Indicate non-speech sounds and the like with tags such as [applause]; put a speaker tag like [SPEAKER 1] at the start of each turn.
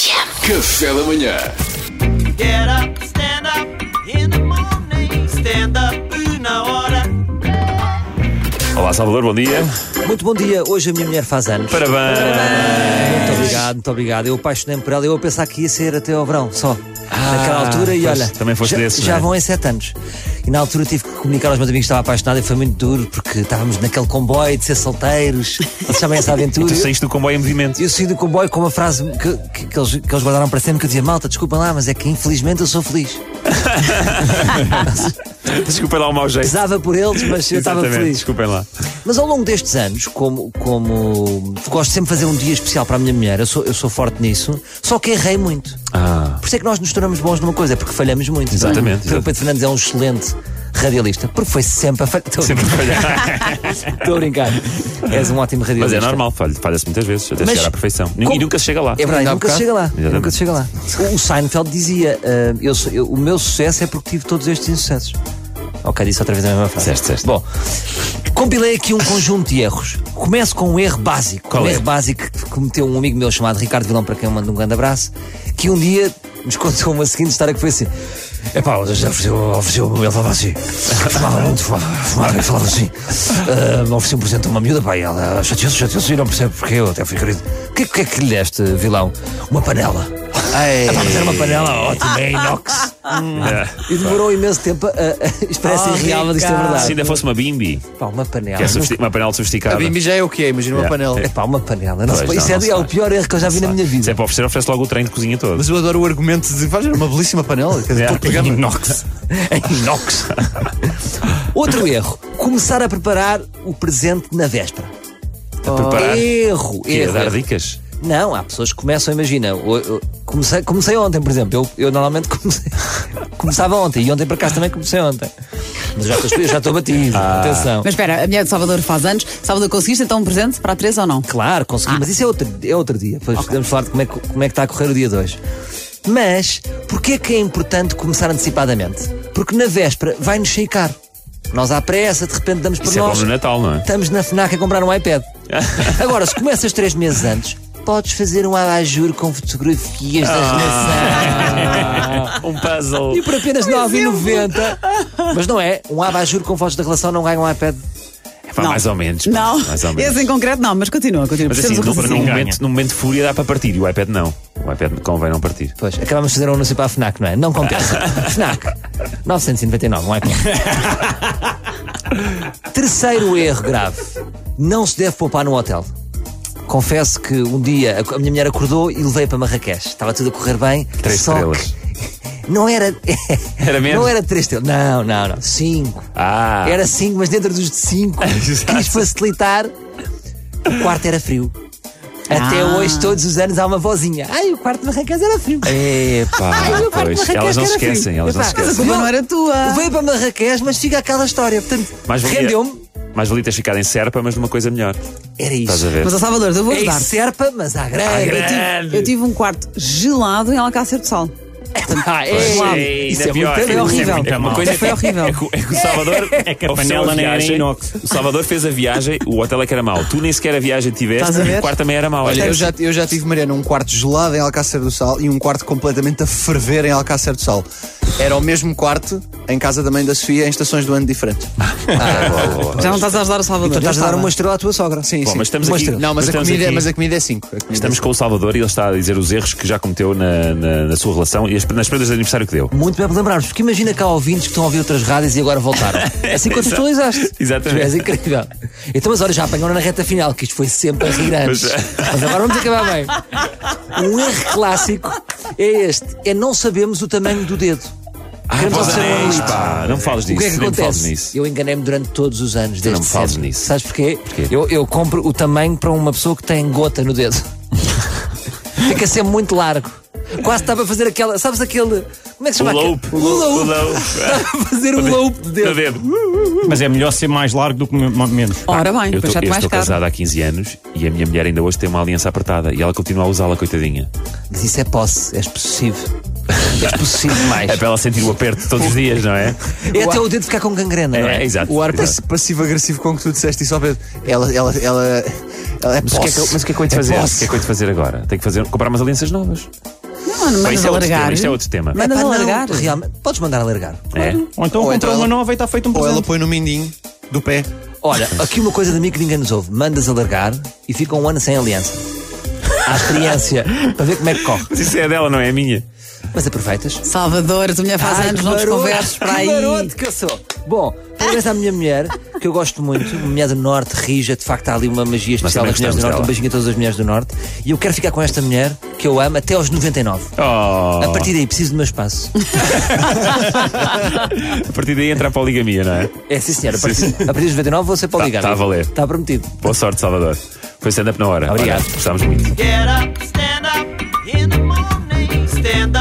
[SPEAKER 1] Café da manhã.
[SPEAKER 2] Get up, stand up in the morning. Stand up na hora.
[SPEAKER 3] Olá, Salvador, bom dia.
[SPEAKER 4] Muito bom dia. Hoje a minha mulher faz anos.
[SPEAKER 3] Parabéns.
[SPEAKER 4] Muito obrigado, muito obrigado. Eu apaixonei-me por ela. Eu a pensar que ia ser até ao verão, só. Naquela altura, e
[SPEAKER 3] Ah, pois,
[SPEAKER 4] olha.
[SPEAKER 3] também foste
[SPEAKER 4] já,
[SPEAKER 3] desse,
[SPEAKER 4] já
[SPEAKER 3] não é?
[SPEAKER 4] vão em sete anos. E na altura tive que comunicar aos meus amigos que estava apaixonado e foi muito duro porque estávamos naquele comboio de ser solteiros. Eles chamam essa aventura.
[SPEAKER 3] [laughs] Tu saíste do comboio em movimento.
[SPEAKER 4] Eu saí do comboio com uma frase que, que- que eles, que eles guardaram para sempre que eu dizia, malta, desculpa lá, mas é que infelizmente eu sou feliz.
[SPEAKER 3] [laughs] Desculpem lá o mau jeito.
[SPEAKER 4] Pesava por eles, mas eu estava
[SPEAKER 3] É. Exatamente,
[SPEAKER 4] feliz.
[SPEAKER 3] desculpem lá.
[SPEAKER 4] Mas ao longo destes anos, como, como gosto sempre de fazer um dia especial para a minha mulher, eu sou, eu sou forte nisso, só que errei muito.
[SPEAKER 3] Ah.
[SPEAKER 4] Por isso é que nós nos tornamos bons numa coisa, é porque falhamos muito.
[SPEAKER 3] Exatamente,
[SPEAKER 4] Porque O Pedro Fernandes é um excelente radialista, porque foi sempre [laughs] a falhar. Estou a
[SPEAKER 3] Sempre a
[SPEAKER 4] brincar.
[SPEAKER 3] falhar.
[SPEAKER 4] Estou a brincar. És um ótimo
[SPEAKER 3] Mas
[SPEAKER 4] radialista.
[SPEAKER 3] é normal, falha- falha-se muitas vezes, até
[SPEAKER 4] Mas
[SPEAKER 3] chegar à perfeição. E
[SPEAKER 4] como-
[SPEAKER 3] nunca se chega lá.
[SPEAKER 4] É verdade,
[SPEAKER 5] Ainda há
[SPEAKER 4] nunca se
[SPEAKER 5] bocado.
[SPEAKER 4] chega lá.
[SPEAKER 3] Exatamente.
[SPEAKER 4] Nunca se chega lá. O- O Seinfeld dizia: ah, eu sou- eu- o meu sucesso é porque tive todos estes insucessos. Ok, disse outra vez a mesma frase.
[SPEAKER 3] Certo, certo.
[SPEAKER 4] Bom, compilei aqui um conjunto de erros. Começo com um erro básico.
[SPEAKER 3] Qual
[SPEAKER 4] um
[SPEAKER 3] é?
[SPEAKER 4] erro básico que cometeu um amigo meu chamado Ricardo Vilão, para quem eu mando um grande abraço, que um dia nos contou uma seguinte história que foi assim. Epá, ele já ofereceu, ofereceu, ele falava assim. Fumava muito, fumava, fumava e falava assim. Uh, ofereceu um presente a uma miúda, pá, e ela "Ah, chateou-se, chateou-se e não percebe porque eu até fui querido. O que, que é que lhe deste, vilão? Uma panela.
[SPEAKER 5] Ei.
[SPEAKER 4] Epá, mas era uma panela ótima, é inox.
[SPEAKER 3] Tipo, É.
[SPEAKER 4] E demorou um imenso tempo a, a isto parece
[SPEAKER 3] Oh,
[SPEAKER 4] irreal, mas isto é
[SPEAKER 3] Se
[SPEAKER 4] verdade.
[SPEAKER 3] ainda fosse uma bimbi,
[SPEAKER 4] Pá, uma panela.
[SPEAKER 3] que é sofistic- uma panela
[SPEAKER 5] A
[SPEAKER 3] sofisticada.
[SPEAKER 5] bimbi já é o que é, imagina uma
[SPEAKER 3] Yeah.
[SPEAKER 5] panela.
[SPEAKER 4] É pá, uma panela. Não
[SPEAKER 3] Pois,
[SPEAKER 4] se pode-
[SPEAKER 3] não,
[SPEAKER 4] isso é,
[SPEAKER 3] não se
[SPEAKER 4] é o
[SPEAKER 3] faz.
[SPEAKER 4] pior erro que eu já vi na minha
[SPEAKER 3] Se é
[SPEAKER 4] vida.
[SPEAKER 3] para oferecer, oferece logo o trem de cozinha todo.
[SPEAKER 5] Mas eu adoro o argumento de vais era uma
[SPEAKER 3] [laughs]
[SPEAKER 5] belíssima panela. Quer dizer,
[SPEAKER 3] Yeah.
[SPEAKER 5] todo programa.
[SPEAKER 3] Inox.
[SPEAKER 4] [laughs] É
[SPEAKER 3] [laughs]
[SPEAKER 4] inox. Outro erro. Começar a preparar o presente na véspera.
[SPEAKER 3] A preparar.
[SPEAKER 4] Erro,
[SPEAKER 3] Que é
[SPEAKER 4] erro.
[SPEAKER 3] dar
[SPEAKER 4] erro.
[SPEAKER 3] dicas.
[SPEAKER 4] Não, há pessoas que começam, imagina. eu- eu comecei, comecei ontem, por exemplo. Eu, eu normalmente comecei, [laughs] começava ontem. E ontem para cá também comecei ontem. Mas eu já estou, eu já estou batido.
[SPEAKER 3] Ah.
[SPEAKER 4] Atenção.
[SPEAKER 6] Mas espera, a mulher de Salvador faz anos. Salvador, conseguiste então um presente para a Teresa ou não?
[SPEAKER 4] Claro, consegui,
[SPEAKER 3] Ah.
[SPEAKER 4] mas isso é outro, é outro dia. Depois podemos falar de como é, que, como é que está a correr o dia 2. Mas, porquê é que é importante começar antecipadamente? Porque na véspera vai-nos sair caro. Nós à pressa, de repente damos por
[SPEAKER 3] Isso é
[SPEAKER 4] nós.
[SPEAKER 3] como no Natal, não é?
[SPEAKER 4] Estamos na FNAC a comprar um iPad. Agora, se começas três meses antes, podes fazer um abajur com fotografias das
[SPEAKER 3] Ah.
[SPEAKER 4] relações.
[SPEAKER 3] [laughs] Um puzzle.
[SPEAKER 4] E por apenas 9,90. Mas não é, um abajur com fotos da relação não ganha um iPad.
[SPEAKER 3] Pá,
[SPEAKER 6] Não.
[SPEAKER 3] Mais ou menos. pá,
[SPEAKER 6] Não,
[SPEAKER 3] Mais ou menos.
[SPEAKER 6] esse em concreto não, mas continua, continua.
[SPEAKER 3] Mas assim,
[SPEAKER 6] Precisamos
[SPEAKER 3] num,
[SPEAKER 6] de
[SPEAKER 3] num
[SPEAKER 6] um raciocínio.
[SPEAKER 3] momento, num momento de fúria dá para partir e o iPad não. O iPad convém não partir.
[SPEAKER 4] Pois, acabamos de fazer um anúncio para a FNAC, não é?
[SPEAKER 3] [laughs]
[SPEAKER 4] Não compensa. FNAC, 999, um iPhone. Terceiro erro grave. Não se deve poupar no hotel. Confesso que um dia a a minha mulher acordou e levei para Marrakech. Estava tudo a correr bem.
[SPEAKER 3] Três
[SPEAKER 4] só
[SPEAKER 3] estrelas.
[SPEAKER 4] que não era.
[SPEAKER 3] [laughs] Era menos?
[SPEAKER 4] Não era três estrelas. Não, não, não. Cinco.
[SPEAKER 3] Ah!
[SPEAKER 4] Era cinco, mas dentro dos
[SPEAKER 3] [laughs]
[SPEAKER 4] cinco
[SPEAKER 3] Exato.
[SPEAKER 4] quis facilitar. O quarto era frio. Até
[SPEAKER 6] Ah.
[SPEAKER 4] hoje, todos os anos, há uma vozinha. Ai, o quarto de Marrakech era frio.
[SPEAKER 3] Epá, pois,
[SPEAKER 4] eu parto de Marrakech,
[SPEAKER 3] elas não se
[SPEAKER 4] era frio.
[SPEAKER 6] assim.
[SPEAKER 3] esquecem, elas não se
[SPEAKER 4] Epá,
[SPEAKER 6] Mas a
[SPEAKER 3] esquecem.
[SPEAKER 6] culpa não era tua.
[SPEAKER 4] [laughs] Veio para Marrakech, mas fica aquela história. Portanto,
[SPEAKER 3] Mais valia-
[SPEAKER 4] rendeu-me.
[SPEAKER 3] Mais valia teres ficado em Serpa, mas numa coisa melhor.
[SPEAKER 4] Era
[SPEAKER 3] Estás a
[SPEAKER 4] isso.
[SPEAKER 3] ver?
[SPEAKER 6] Mas, ó Salvador, eu vou
[SPEAKER 4] É em
[SPEAKER 6] ajudar.
[SPEAKER 4] Serpa, mas à grande.
[SPEAKER 3] grande.
[SPEAKER 6] Eu tive um quarto gelado em Alcácer do Sal.
[SPEAKER 4] Ah,
[SPEAKER 3] Pois,
[SPEAKER 4] é,
[SPEAKER 3] ainda
[SPEAKER 4] isso é
[SPEAKER 3] pior.
[SPEAKER 4] muito- é horrível.
[SPEAKER 3] muito
[SPEAKER 6] É
[SPEAKER 3] mal.
[SPEAKER 6] uma coisa- Foi [laughs] horrível.
[SPEAKER 3] É que, é que o Salvador. É que
[SPEAKER 7] a panela nem era inox.
[SPEAKER 3] O Salvador fez a viagem, o hotel é que era mau. Tu nem sequer a viagem tiveste
[SPEAKER 6] Estás a
[SPEAKER 3] e
[SPEAKER 6] ver?
[SPEAKER 3] o quarto também era mau.
[SPEAKER 5] Olha, eu já, eu já tive, Mariana, um quarto gelado em Alcácer do Sal e um quarto completamente a ferver em Alcácer do Sal. Era o mesmo quarto em casa da mãe da Sofia em estações do ano [laughs] diferentes.
[SPEAKER 6] Já não estás a ajudar o Salvador.
[SPEAKER 4] Então
[SPEAKER 6] já
[SPEAKER 4] estás a dar
[SPEAKER 6] estava.
[SPEAKER 4] uma estrela à tua sogra.
[SPEAKER 5] Sim,
[SPEAKER 3] Bom,
[SPEAKER 5] sim.
[SPEAKER 3] mas estamos aqui-
[SPEAKER 4] Mostra.
[SPEAKER 5] Não,
[SPEAKER 3] mas
[SPEAKER 5] mas, a
[SPEAKER 3] estamos
[SPEAKER 5] comida,
[SPEAKER 3] aqui-
[SPEAKER 5] mas a comida é 5.
[SPEAKER 3] Estamos com o Salvador e ele está a dizer os erros que já cometeu na, na- na sua relação e as- nas prendas de aniversário que deu.
[SPEAKER 4] Muito bem por lembrarmos, porque imagina cá ouvintes que estão a ouvir outras rádios e agora voltaram. É assim que contextualizaste.
[SPEAKER 3] Exatamente.
[SPEAKER 4] Tu és incrível. Então, mas olha, já apanharam na reta final, que isto foi sempre a rir antes.
[SPEAKER 3] Pois é.
[SPEAKER 4] Mas agora vamos acabar bem. Um erro clássico é este: é não sabemos o tamanho do dedo. Queremos
[SPEAKER 3] Pois
[SPEAKER 4] observar
[SPEAKER 3] é,
[SPEAKER 4] ali.
[SPEAKER 3] pá, não fales disso,
[SPEAKER 4] O que é que
[SPEAKER 3] nem me fales
[SPEAKER 4] acontece?
[SPEAKER 3] nisso.
[SPEAKER 4] Eu enganei-me durante todos os anos desde
[SPEAKER 3] não me fales
[SPEAKER 4] sempre.
[SPEAKER 3] nisso.
[SPEAKER 4] Sabes porquê? Eu, eu compro o tamanho para uma pessoa que tem gota
[SPEAKER 3] [laughs]
[SPEAKER 4] no dedo. Fica sempre muito largo. Quase estava a fazer aquela. Sabes aquele. Como é que se
[SPEAKER 3] O
[SPEAKER 4] chama? aquele?
[SPEAKER 3] lope.
[SPEAKER 4] O lope. Estava a fazer o lope de
[SPEAKER 3] No
[SPEAKER 4] dedo.
[SPEAKER 3] dedo.
[SPEAKER 7] Mas é melhor ser mais largo do que me- menos.
[SPEAKER 6] Ora bem,
[SPEAKER 3] Eu, tô-
[SPEAKER 6] depois já
[SPEAKER 3] eu
[SPEAKER 6] te mais
[SPEAKER 3] estou
[SPEAKER 6] caro.
[SPEAKER 3] casado há 15 anos e a minha mulher ainda hoje tem uma aliança apertada e ela continua a usá-la, coitadinha.
[SPEAKER 4] Mas isso é posse, és possessivo. És possessivo mais.
[SPEAKER 3] É para ela sentir o aperto todos os dias, não é?
[SPEAKER 4] É até o dedo ficar com gangrena, não é?
[SPEAKER 3] É, exato.
[SPEAKER 5] O ar
[SPEAKER 3] Exato.
[SPEAKER 5] passi- passivo-agressivo com que tu disseste isso ao Pedro. Ela, ela, ela, ela é
[SPEAKER 3] Mas o que é que eu- mas o que é que eu hei de
[SPEAKER 5] É
[SPEAKER 3] fazer? O
[SPEAKER 5] posse.
[SPEAKER 3] que é que eu hei de fazer agora? Tenho que fazer, comprar umas alianças novas.
[SPEAKER 6] Não, Não, não
[SPEAKER 3] Bem,
[SPEAKER 6] mandas
[SPEAKER 3] isto é outro
[SPEAKER 6] alargar.
[SPEAKER 3] tema, isto é outro tema.
[SPEAKER 6] Mas- Mandas
[SPEAKER 4] Epá, não,
[SPEAKER 6] alargar.
[SPEAKER 4] realmente, podes mandar
[SPEAKER 3] [laughs]
[SPEAKER 4] alargar.
[SPEAKER 3] É.
[SPEAKER 7] Ou então
[SPEAKER 5] Ou
[SPEAKER 7] compra
[SPEAKER 5] então
[SPEAKER 7] uma
[SPEAKER 5] ela-
[SPEAKER 7] nova e
[SPEAKER 3] tá
[SPEAKER 7] está feito um
[SPEAKER 5] Ou ela
[SPEAKER 7] presente.
[SPEAKER 5] põe no mindinho do pé.
[SPEAKER 4] Olha, aqui uma coisa de mim que ninguém nos ouve. Mandas alargar e fica um ano sem aliança. À experiência, para ver como é que corre.
[SPEAKER 3] Mas isso é dela, não é a minha.
[SPEAKER 4] Mas aproveitas.
[SPEAKER 6] Salvador, tu mulher faz
[SPEAKER 4] Ai,
[SPEAKER 6] anos,
[SPEAKER 4] que
[SPEAKER 6] não
[SPEAKER 4] baroto,
[SPEAKER 6] desconverses para
[SPEAKER 4] [laughs]
[SPEAKER 6] aí.
[SPEAKER 4] Que baroto que eu sou. Bom, parabéns à minha mulher, que eu gosto muito, uma mulher do Norte, rija, de facto há ali uma magia especial
[SPEAKER 3] também
[SPEAKER 4] nas mulheres
[SPEAKER 3] gostamos
[SPEAKER 4] do Norte,
[SPEAKER 3] dela.
[SPEAKER 4] um beijinho a todas as mulheres do Norte. E eu quero ficar com esta mulher, que eu amo, até aos 99.
[SPEAKER 3] Oh,
[SPEAKER 4] A partir daí preciso do
[SPEAKER 3] [laughs]
[SPEAKER 4] meu espaço.
[SPEAKER 3] Oh. a partir daí entra a poligamia, não [laughs] é?
[SPEAKER 4] É, sim senhora, a partir, a partir dos 99 vou ser poligar.
[SPEAKER 3] tá a valer.
[SPEAKER 4] Está prometido.
[SPEAKER 3] Boa sorte, Salvador. Foi stand-up na hora.
[SPEAKER 4] Obrigado.
[SPEAKER 3] Olha, Gostámos muito.
[SPEAKER 2] Get up, stand up in the morning, stand